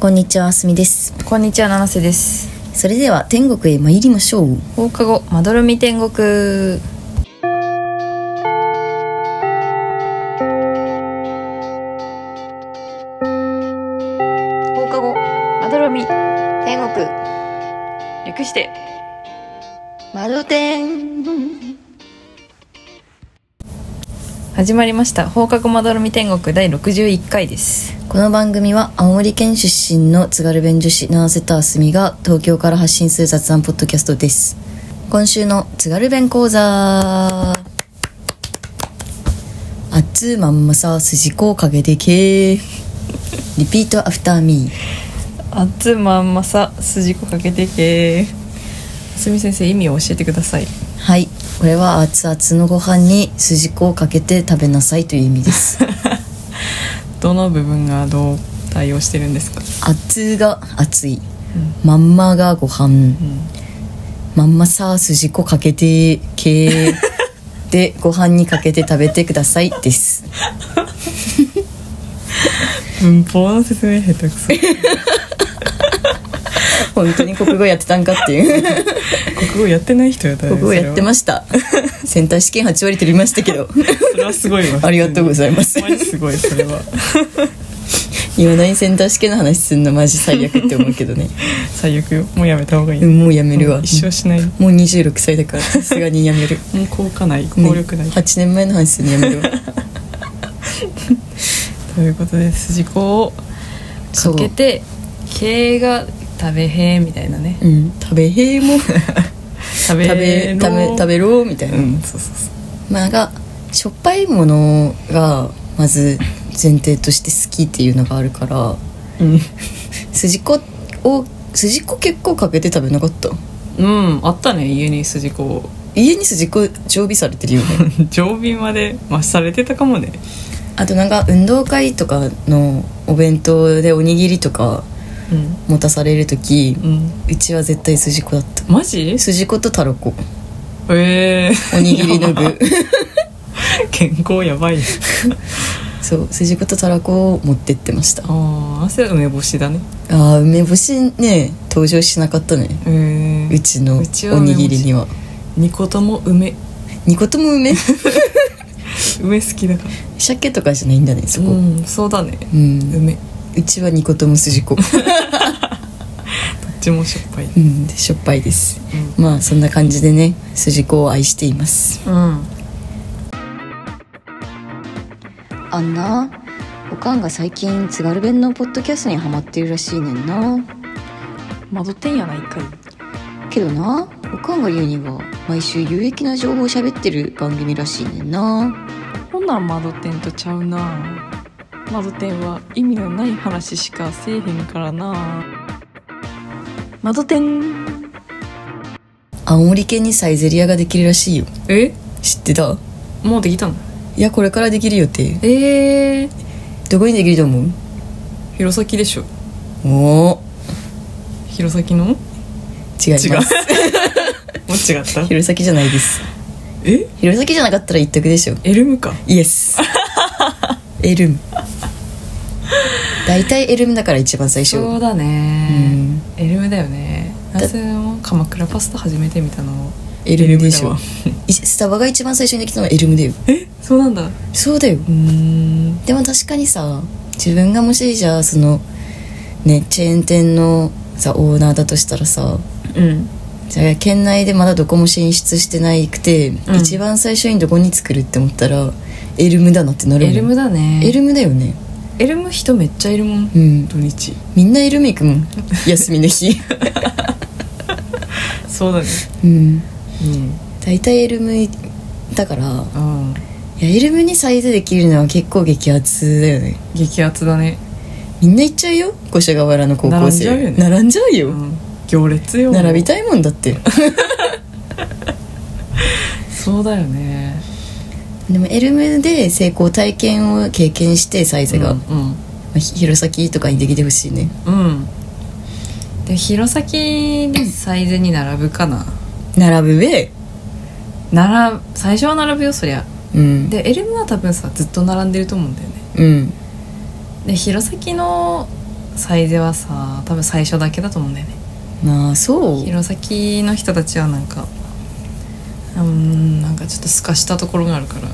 こんにちはあすみですこんにちは七瀬ですそれでは天国へ参りましょう放課後まどろみ天国放課後まどろみ天国略して窓天始まりました放課後まどろみ天国第61回ですこの番組は青森県出身の津軽弁女子七瀬とあすみが東京から発信する雑談ポッドキャストです今週の津軽弁講座あっつーまんまさ筋子かげでけーリピートアフターミーあつまんまさ筋子かけてけすみ先生意味を教えてくださいはいこれは熱々のご飯に筋子をかけて食べなさいという意味ですどの部分がどう対応してるんですか熱が熱い、まんまがご飯、まんまさ筋子かけてけでご飯にかけて食べてくださいです文法の説明下手く そ本当に国語やってたんかっていう国語やってない人やった国語やってまししたセンター試験8割取りましたけどたそれはすごいわありがとうございますほんまにすごいそれはいまだにセンター試験の話すんのマジ最悪って思うけどね最悪よもうやめた方がいい、うんもうやめるわ一生しないももう26歳だからさすがにやめるう効果ない効力ない、 8年前の話すんのやめるわということで筋子をそうかけて毛が食べへんみたいなねうん食べへーも食べ食べ食べ食べろみたいな、うんそうそうそうまあ、なんかしょっぱいものがまず前提として好きっていうのがあるからうん筋子を筋子結構かけて食べなかったうんあったね家に筋 子家に筋子常備されてるよ ね常備までまあされてたかもねあとなんか運動会とかのお弁当でおにぎりとかうん持たされる時うんうちは絶対筋子だったマジ筋子とたらこええおにぎり の具健康やばいよそう筋子とたらこを持ってってましたああ汗は梅干しだねあー梅干しね登場しなかったねええうちのうちはお梅に干しぎりには二個とも梅2個とも梅梅好きだから鮭とかじゃないんだねそこ、うんんそうだね梅どうちはニコともすじこ、っちもしょっぱいうん、でしょっぱいですまあそんな感じでねすじこを愛していますうんあんなおかんが最近津軽弁のポッドキャストにハマってるらしいねんな窓店やないかいけどなおかんが言うには毎週有益な情報を喋ってる番組らしいねんなほな窓店とちゃうな窓店は意味のない話しかせえへんからな窓店青森県にサイゼリアができるらしいよえ知ってたもうできたのいやこれからできる予定ええどこにできると思う弘前でしょおお弘前のもう違います 違う違った弘前じゃないですえ弘前じゃなかったら一択でしょエルムかイエス エルム大体エルムだから一番最初そううだねんエルムだよねだ夏も鎌倉パスタ始めてみたのエルムでしエルょムいスタバが一番最初にできたのはエルムだよえそうなんだうそうだよーんでも確かにさ自分がもしじゃあそのねチェーン店のさオーナーだとしたらさうんじゃあ県内でまだどこも進出してないくて、ん一番最初にどこに作るって思ったらエルムだなってなるもエんルムだねエルムだよねエルム人めっちゃいるもんうん土日みんなエルム行くもん休みの日そうだねうんうん大体エルムだからあいやエルムにサイズできるのは結構激アツだよね激アツだね、みんな行っちゃうよ五所川原の高校生並んじゃうよね並んじゃうよ、うん、行列よ並びたいもんだってそうだよねでもエルムで成功体験を経験してサイズが、うまんあひ弘前とかにできてほしいねうん、うんで弘前に最善に並ぶかな並ぶべ並ぶ最初は並ぶよそりゃうんでエルムは多分さずっと並んでると思うんだよねうんで弘前の最出はさ多分最初だけだと思うんだよねまあそう弘前の人たちはなんかうーんなんかちょっとすかしたところがあるからい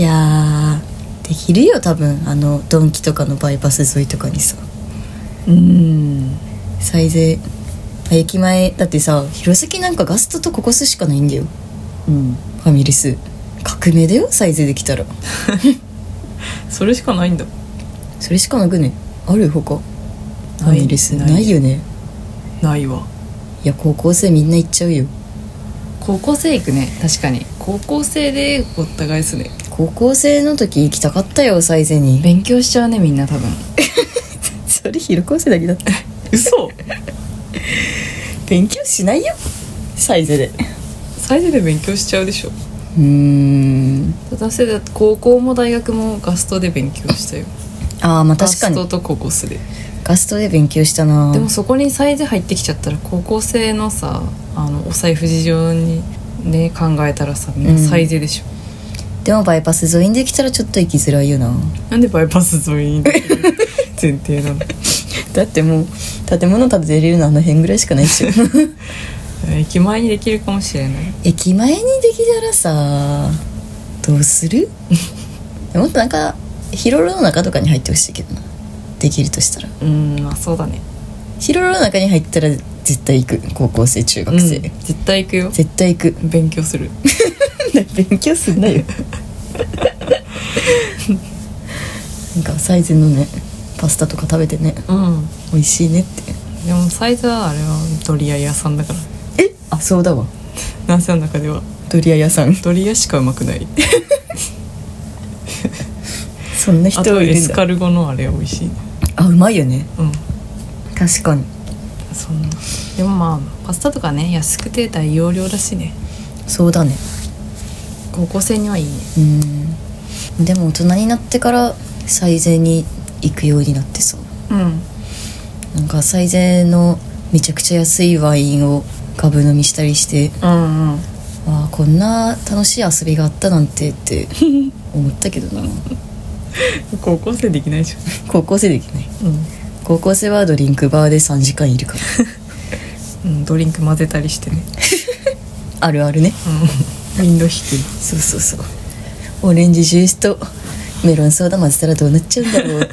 やーできるよ多分あのドンキとかのバイパス沿いとかにさうん最善駅前だってさ弘前なんかガストとココスしかないんだようんファミレス革命だよ最善できたらそれしかないんだそれしかなくねある他フないァミレスなないいよねないわいや高校生みんな行っちゃうよ高校生行くね確かに高校生でごった返すね高校生の時行きたかったよ最善に勉強しちゃうねみんな多分それ広高生だけだった嘘 勉強しないよ最善で最初で勉強しちゃうでしょうーん私だって高校も大学もガストで勉強したよああまあ確かガにストと高校生でガストで勉強したなでもそこにサイズ入ってきちゃったら高校生のさあのお財布事情にね考えたらさみんなサイズでしょ、でもバイパス沿いにできたらちょっと行きづらいよななんでバイパス沿いにでき る前提なのだってもう建物建てれるのあの辺ぐらいしかないっしょ駅前にできるかもしれない 駅前にできたらさどうする もっとなんか広ロの中とかに入ってほしいけどなできるとしたらうんまあそうだね広ロの中に入ったら絶対行く高校生中学生、うん絶対行くよ絶対行く勉強する勉強すんなよ なんか最善のねパスタとか食べてねうん美味しいねってでもサイズはあれはドリア屋さんだからえあそうだわ男性の中ではドリア屋さんドリアしかうまくないそんな人あといエるんスだカルゴのあれは美味しいねあうまいよねうん確かにそんなでもまあパスタとかね安くて大容量だしねそうだね高校生にはいいねうんでも大人になってから最善に行くようになってさうんなんか最善のめちゃくちゃ安いワインをガブ飲みしたりしてうんうんああこんな楽しい遊びがあったなんてって思ったけどな高校生できないでし高校生できないょ、高校生はドリンクバーで3時間いるからうんうん、ドリンク混ぜたりしてね、あるあるねうん、ンド引きそうそうそうオレンジジュースとメロンソーダ混ぜたらどうなっちゃうんだろう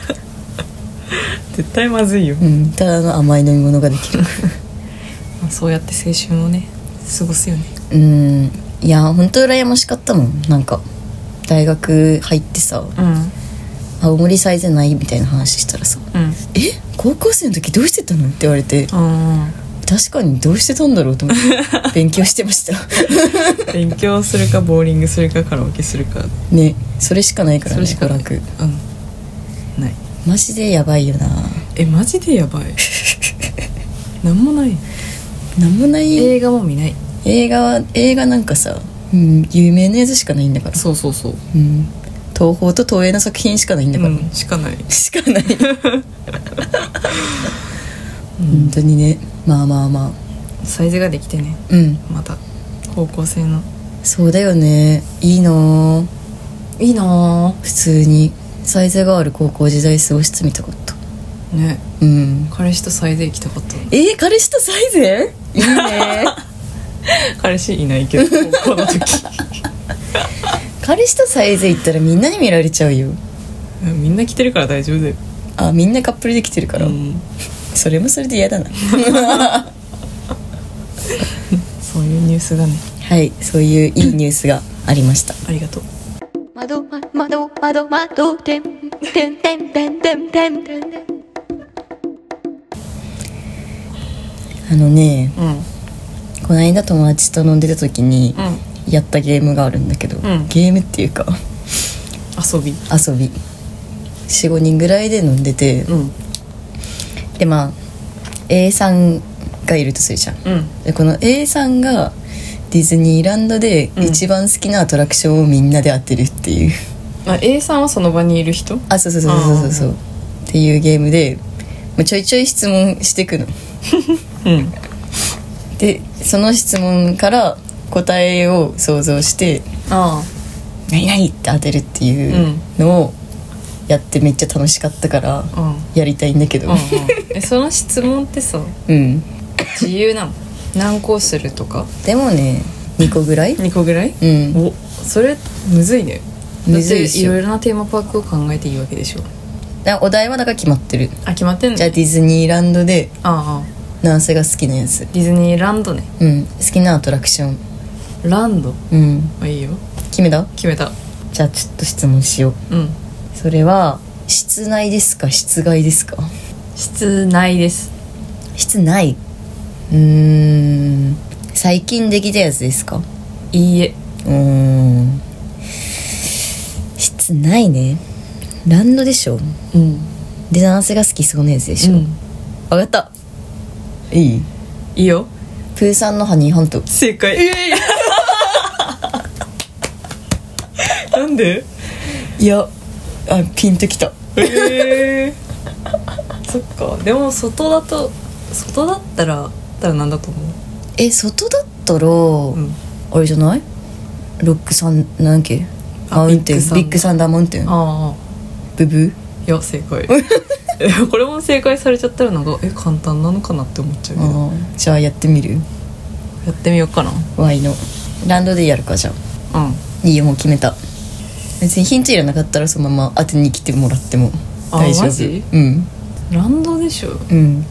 絶対まずいよう、んただの甘い飲み物ができるまあそうやって青春をね過ごすよねうんいや本当羨ましかったもんなんか大学入ってさうん青森サイズないみたいな話したらさうん「え高校生の時どうしてたの?」って言われてあ確かにどうしてたんだろうと思って 勉強してましたー勉強するかボーリングするかカラオケするかねそれしかないからねそれしかない娯楽うんないマジでやばいよなえマジでやばい なんもないなんもない、映画も見ない映画は映画なんかさ、うん、有名なやつしかないんだから、そうそうそう、うん、東宝と東映の作品しかないんだから、うん、しかないしかない本当にねまあまあまあサイズができてねうんまた高校生のそうだよねいいなあいいな普通にサイズがある高校時代過ごしてみたかったーねうん彼氏とサイズ行きたかったのえー、彼氏とサイズいい ね 彼氏いない けど高校の時彼氏とサイズ行ったらみんなに見られちゃうよみんな来てるから大丈夫だよ、あみんなカップルできてるから、うん、それもそれで嫌だなそういうニュースだねはいそういういいニュースがありましたありがとう窓ま窓窓窓てんてんてんてんてんてんてんてんあのねうんうんこの間友達と飲んでた時にやったゲームがあるんだけど、んゲームっていうか遊び遊び45人ぐらいで飲んでて、うんでまあ A さんがいるとするじゃんうんでこの A さんがディズニーランドでうん一番好きなアトラクションをみんなで当てるっていう、あ A さんはその場にいる人あそうそうそうそうそうそうっていうゲームで、まあ、ちょいちょい質問してくのうんでその質問から答えを想像してああ「何々」って当てるっていうのをやってめっちゃ楽しかったからうんうんうん やりたいんだけどえその質問ってさうん自由なの何個するとかでもね2個ぐらい2個ぐらいうんおそれむずいねだむっずいてっしいょろいろなテーマパークを考えていいわけでしょだからお題はだから決まってるあ決まってんのじゃああディズニーランドであナセが好きなやつディズニーランドねうん好きなアトラクションランドうんあいいよ決めた決めたじゃあちょっと質問しよううんそれは室内ですか室外ですか室内です室内うーん最近できたやつですかいいえうーん室内ねランドでしょうんで男性が好きそうなやつでしうょ、ん分かったいいいいよプーさんのハニーハント正解ええ なんでいやあピンときたええ そっかでも外だと外だったらだったらなんだと思うえ外だったら、うんあれじゃないロックさんなんだっけあマウンテンビビッグサッングサンダダーーマウンテンああブブーいや正 解これも正解されちゃったらなんかえ簡単なのかなって思っちゃうけどあーじゃあやってみるやってみようかな Y のランドでやるかじゃあうんいいよもう決めた別にヒントいらなかったらそのまま当てに来てもらってもあ大丈マ夫ジうんランドでしょうん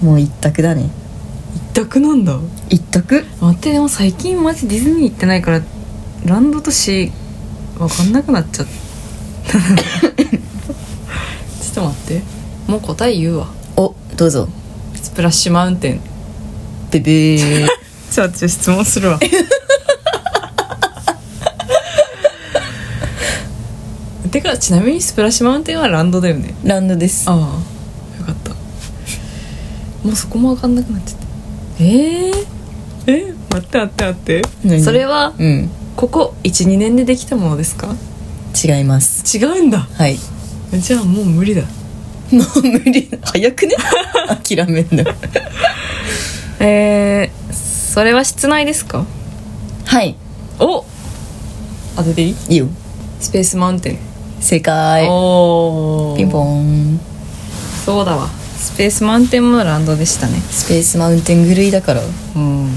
もう一択だね一択なんだ一択待ってでも最近マジディズニー行ってないからランドとシーわかんなくなっちゃ ったちょっと待ってもう答え言うわおどうぞスプラッシュマウンテンブブ ーじゃあ私質問するわ てかちなみにスプラッシュマウンテンはランドだよねランドですああよかったもうそこも分かんなくなっちゃったえー、え待って待って待って何それはうんここ12年でできたものですか違います違うんだ はいじゃあもう無理だもう無理早く ね諦めんのえー、それは室内ですかはいお当てていいいいよスペースマウンテン、正解おおピンポーンそうだわスペースマウンテンもランドでしたねスペースマウンテン狂いだからうん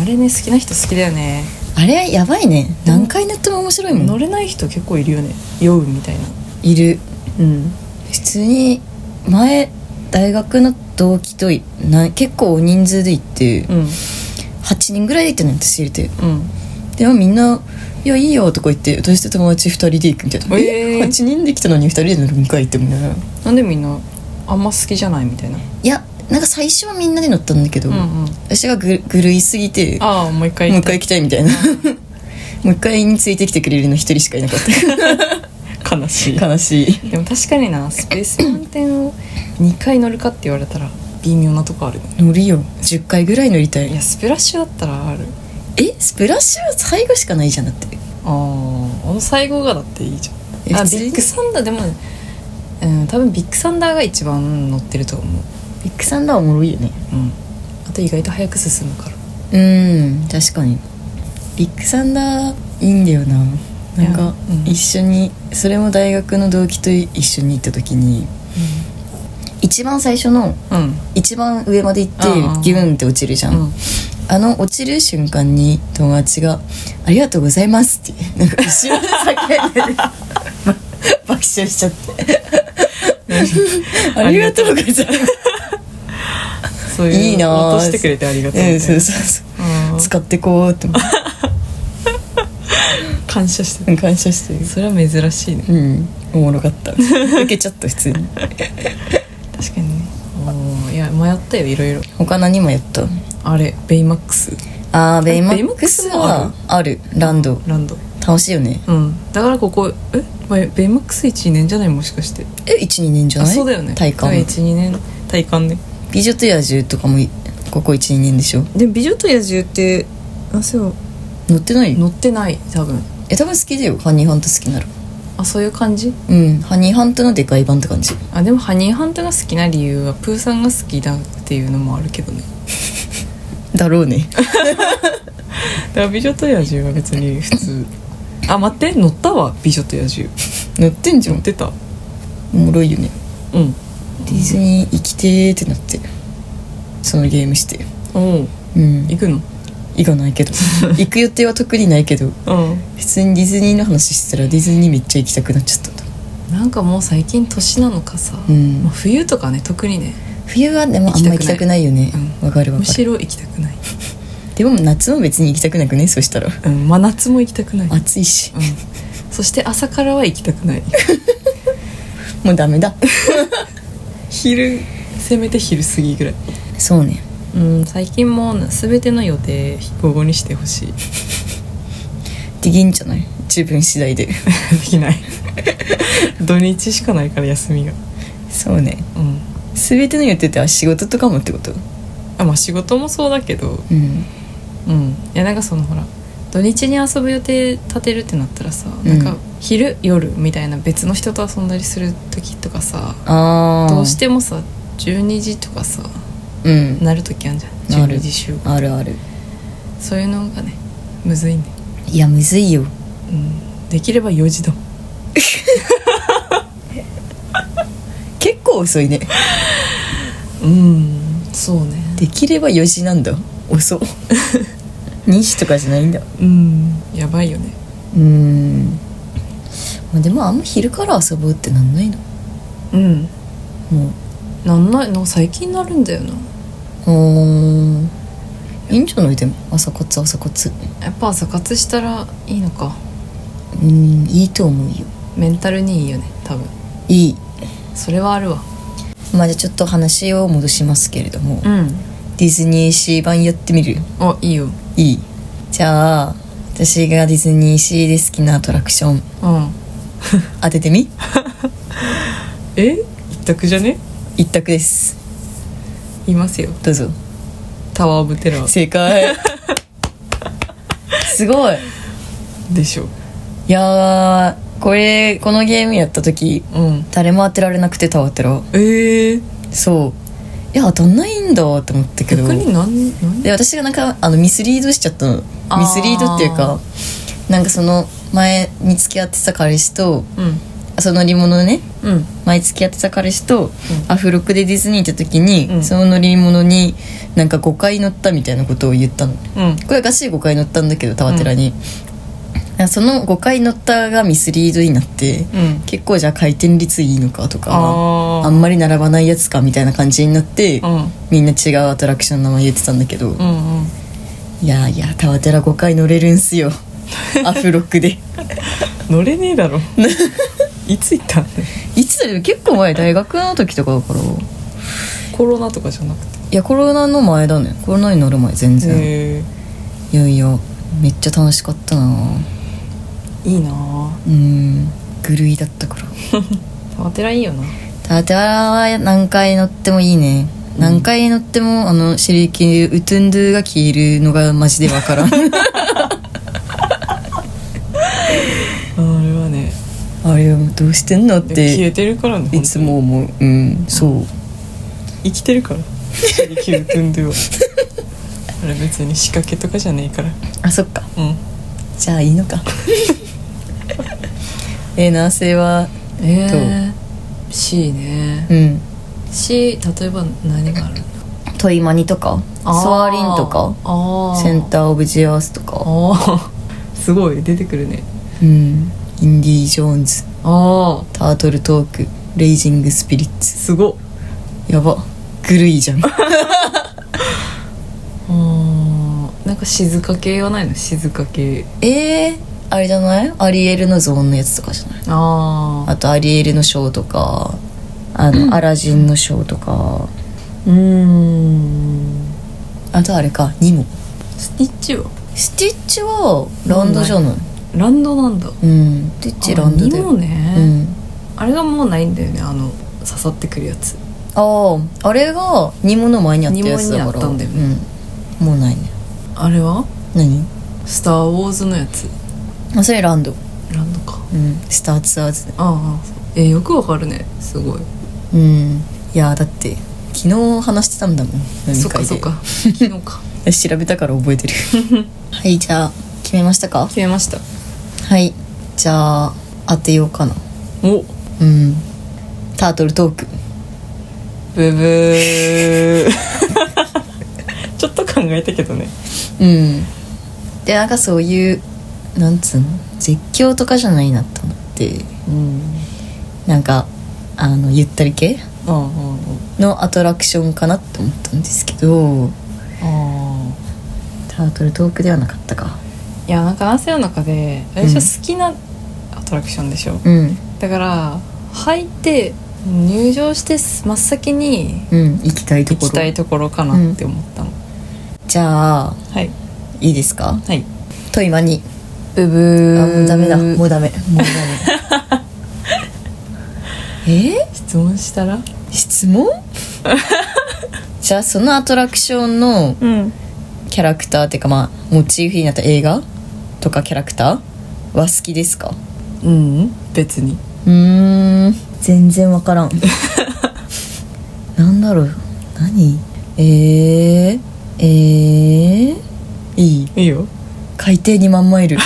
あれね好きな人好きだよねあれやばいね何回塗っても面白いも乗んれない人結構いるよね酔うみたいないるうん普通に前大学の同期といな結構大人数で行って、うん8人ぐらいで行ったのよ私入れてうんでもみんな「いやいいよ」とか言って私と友達2人で行くみたいな、えー8人で来たのに2人で乗るんかいってみたいななんでみんなあんま好きじゃないみたいないやなんか最初はみんなで乗ったんだけど、うんうん私がぐぐるいすぎてもああもう一回う一回行きたいみたい なもう一回についてきてくれるの1人しかいなかっ悲しいた悲しいでも確かになスペースマウンテンを2回乗るかって言われたら微妙なとこあるね乗るよ10回ぐらい乗りたいいやスプラッシュだったらあるえスプラッシュは最後しかないじゃんだってあーあの最後がだっていいじえゃんあ普通にビッグサンダーでも、うん、多分ビッグサンダーが一番乗ってると思うビッグサンダーおもろいよねうんあと意外と早く進むからうん確かにビッグサンダーいいんだよななんいかやうん一緒にそれも大学の同期と一緒に行った時に一番最初のうん一番上まで行ってうんうんギューンって落ちるじゃん、うんあの落ちる瞬間に友達が「ありがとうございます」ってなんか後ろで叫んでる 爆笑しちゃって「ありがとうございます」そういういいなー落としてくれてありがとううんみたそいうなそうそううん使ってこうって思っ感謝してるて感謝してるそれは珍しいねうんおもろかった受けちゃった普通に確かにねおーいや迷ったよいろいろ他何もやったあれベイマックスあーベイマベイマッッククススもあはるあるランドランド楽しいよねうんだからここえまベイマックス12年じゃないもしかしてえ12年じゃあないそうだよね体感12年体感ね美女と野獣とかもいここ12年でしょでも美女と野獣ってあそう乗ってない乗ってない多分え多分好きだよハニーハント好きならあそういう感じうんハニーハントのでかい版って感じあでもハニーハントが好きな理由はプーさんが好きだっていうのもあるけどねだろうねだから美女と野獣は別に普通あ待って乗ったわ美女と野獣 乗ってんじゃ乗っんてたおもろいよねうんディズニー行きてーってなってそのゲームしておううん行くの行かないけ ど行く予定は特にないけどうん普通にディズニーの話してたらディズニーめっちゃ行きたくなっちゃったとなんかもう最近年なのかさ、うんもう冬とかね特にね冬はでもあんま行きたくないよねわ、かるわむかしるろ行きたくない、でも夏も別に行きたくなくねそしたらうん、真夏も行きたくない、うん、暑いしそして朝からは行きたくないもうダ メだ昼せめて昼過ぎぐらいそうねうん最近もう全ての予定午後にしてほしい でできんじゃない自分次第 できない 土日しかないから休みがそうねうん全ての予定ってあ仕事とかもってことあまあ仕事もそうだけどうんうんいやなんかそのほら土日に遊ぶ予定立てるってなったらさ、うんなんか昼夜みたいな別の人と遊んだりする時とかさああどうしてもさ12時とかさうんなる時あんじゃなんる12時集合あるあるそういうのがねむずいね、いやむずいようん、できれば4時だもん結構遅いねうんそうねできれば4時なんだ 遅2時とかじゃないんだうんやばいよねうんまあでもあんま昼から遊ぼうってなんないのうんもうなんないの最近なるんだよなうーんいいんじゃないでも朝活朝活やっぱ朝活したらいいのかうんいいと思うよメンタルにいいよね多分いいそれはあるわまあじゃあちょっと話を戻しますけれどもうんディズニーシー版やってみるおいいよいいじゃあ私がディズニーシーで好きなアトラクションうん当ててみえ一択じゃね一択ですいますよどうぞタワー・オブ・テラー正解 すごいでしょいやーこれこのゲームやった時うん誰も当てられなくてタワテラええー、そういや当たんないんだって思ったけど逆に何何で私がなんかあのミスリードしちゃったのあーミスリードっていうかなんかその前に付き合ってた彼氏とうんその乗り物ねうん前付き合ってた彼氏と、アフロクでディズニー行った時に、うんその乗り物になんか5回乗ったみたいなことを言ったのうんこれがっしり5回乗ったんだけどタワテラに、その5回乗ったがミスリードになって、うん結構じゃあ回転率いいのかとかああんまり並ばないやつかみたいな感じになって、あうんみんな違うアトラクションの名前言ってたんだけど、うんうんいやいやタワテラ5回乗れるんすよアフロック で乗れねえ だろいつ行ったんいつだよ結構前大学の時とかだからいコロナとかじゃなくてやコロナの前だねコロナになる前全然へえいやいやめっちゃ楽しかったないいなあうん狂いだったからタワテラいいよなタワテラは何回乗ってもいいね何回乗ってもあのシェリキウトゥンドゥが消えるのがマジでわ からんあれはねあれはどうしてんのっ消えててるからねいつも思ううんそう本当に生きてるからシェリキュートゥンドゥ はあれ別に仕掛けとかじゃねえからあそっかうんじゃあいいの かえー、男性はええ C ねうん C 例えば何があるトイマニとかソアリンとかあーセンター・オブ・ジ・アースとかあーすごい出てくるねうんインディ・ージョーンズあタートル・トークレイジング・スピリッあツすごっやば狂い じゃんあーなんか静か系はないの静か系えー、あれじゃないアリエルのゾーンのやつとかじゃないあああとアリエルのショーとかあの、アラジンのショーとかうーんあとあれかニモスティッチはスティッチはランドじゃないランドなんだうんスティッチランドだあよニモね、うんあれがもうないんだよねあの刺さってくるやつあああれが煮物前にあったやつだから煮物にあったんだようん、もうないねあれは何スター・ウォーズのやつあそれランド、ランドかうん、スターツアーズああそうえよくわかるねすごいうんいやだって昨日話してたんだもん飲みそっか会そでっか 昨日か私調べたから覚 えてるはいじゃあ決めましたか決めましたはいじゃあ当てようかなおうんタートルトークブブー ちょっと考えたけどねうんでなんかそういうなんつうの絶叫とかじゃないなと思ってうんなんかあのゆったり系あああのアトラクションかなって思ったんですけどああタートルトークではなかったかいやなんか男性の中でうん私は好きなアトラクションでしょ、うんだから入って入場して真っ先にうん行きたいと行ころきたいところかなって思ったの、じゃあはいいいですかはいトイマニブブあーもうダメだもうダ メもうダメえ質問したらー、質 問じゃあそのアトラクションのうんキャラクターっていうかまあモチーフになった映画とかキャラクターは好きですかうん別にうーん全然わ からんなんだろう何えー、えー、いいいいよ海底にまんま いる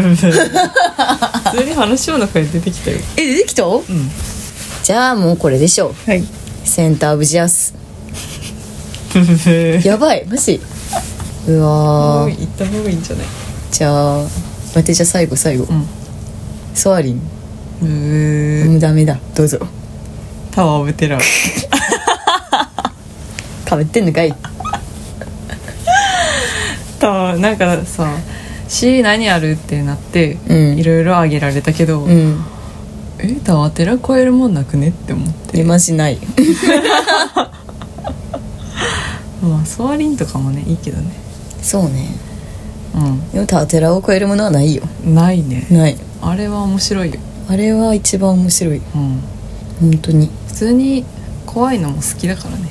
ブー普通に話の中で出てきたよえ出てきたうんじゃあもうこれでしょうはいセンターオブジアスブブーやばいマジうわもうー行った方がいいんじゃないじゃあ待ってじゃあ最後最後、んソアリンブブーうんダメだどうぞタワーオブテラーかぶってんのかいタワーなんかさ C 何あるってなってうんいろいろ挙げられたけど、うんえタワーテラ超えるもんなくねって思って出ましないまあソアリンとかもねいいけどねそうねでもタテラを超えるものはないようんないねないあれは面白いよ、あれは一番面白いうん、本当に普通に怖いのも好きだからね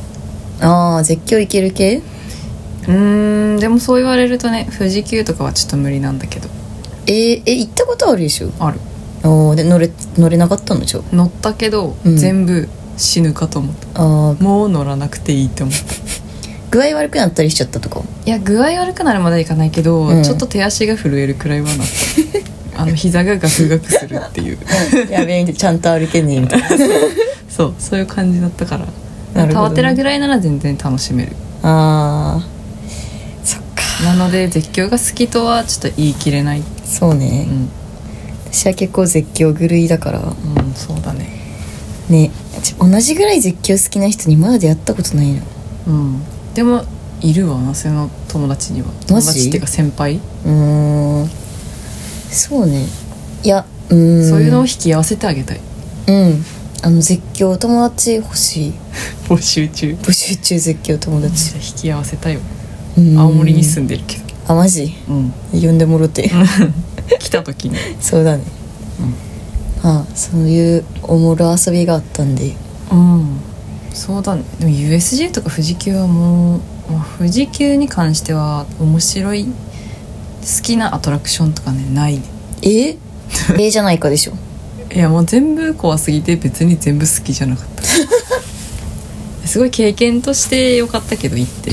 ああ絶叫いける系うーんでもそう言われるとね富士急とかはちょっと無理なんだけどえー、え行ったことあるでしょあるああで乗れ乗れなかったのじゃ乗ったけど、うん全部死ぬかと思ったああもう乗らなくていいと思った具合悪くなったりしちゃった とかいや具合悪くなるまではいかないけど、うんちょっと手足が震えるくらいはなっ たあの膝がガクガクするっていうやべえみたいなちゃんと歩けねえみたいなそうそういう感じだったからなるほどねタワテラぐらいなら全然楽しめるああそっかなので絶叫が好きとはちょっと言い切れないそうねう、ん、私は結構絶叫狂いだからうん、そうだねねち同じぐらい絶叫好きな人にまだ出会ったことないのうんでもいるわなその友達には友達っていうか先輩、うーんそうねいやうーんそういうのを引き合わせてあげたいうんあの絶叫友達欲しい募集中募集中絶叫友達、引き合わせたいわうん青森に住んでるけどあマジうん呼んでもろて来た時に そうだね、まあそういうおもろ遊びがあったんでうんそうだねでも USJ とか富士急はもう、まあ富士急に関しては面白い好きなアトラクションとかねないねええーじゃないかでしょいやもう全部怖すぎて別に全部好きじゃなかった すごい経験として良かったけど行って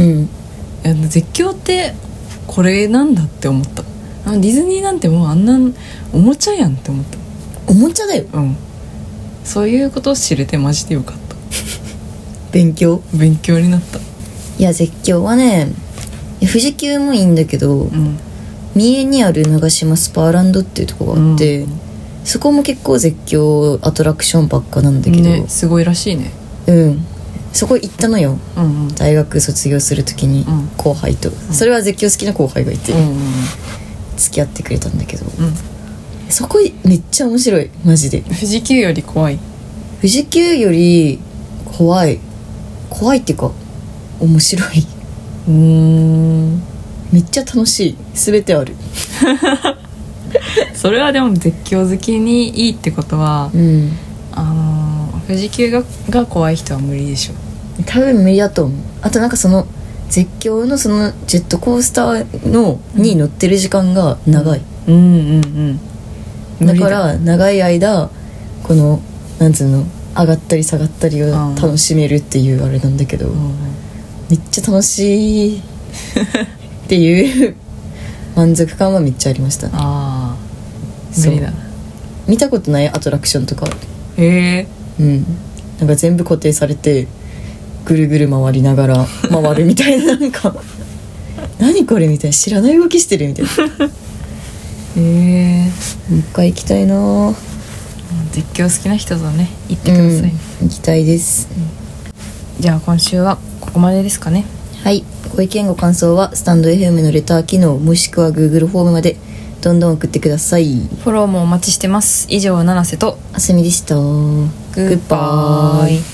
いうんや絶叫ってこれなんだって思ったあのディズニーなんてもうあんなおもちゃやんって思っおもちゃだよたうんそういうことを知れてマジでよかった勉強勉強になったいや絶叫はねいや富士急もいいんだけど、うん三重にある長島スパーランドっていうとこがあって、うんそこも結構絶叫アトラクションばっかなんだけど、ねすごいらしいねうんそこ行ったのようんうん大学卒業する時にうん後輩と、それは絶叫好きな後輩がいて、うんうん付き合ってくれたんだけどうん、うん、そこめっちゃ面白いマジで富士急より怖い富士急より怖い怖いっていうか面白いうんめっちゃ楽しい全てあるそれはでも絶叫好きにいいってことはうんあのー富士急がが怖い人は無理でしょ多分無理だと思うあとなんかその絶叫のそのジェットコースターのに乗ってる時間が長い、うんうんうんだから長い間このなんつうの上がったり下がったりを楽しめるっていうあれなんだけど、めっちゃ楽しい っていう満足感はめっちゃありましたねああそう無理だ見たことないアトラクションとかあるへえうんなんか全部固定されてぐるぐる回りなが ら回るみたいななんか何これみたいな知らない動きしてるみたいな もへえう一回行きたいなぁ絶叫好きな人ぞね行ってください、うん行きたいですじゃあ今週はここまでですかねはいご意見ご感想はスタンド FM のレター機能もしくは Google フォームまでどんどん送ってくださいフォローもお待ちしてます以上七瀬とあすみでしたググッバイ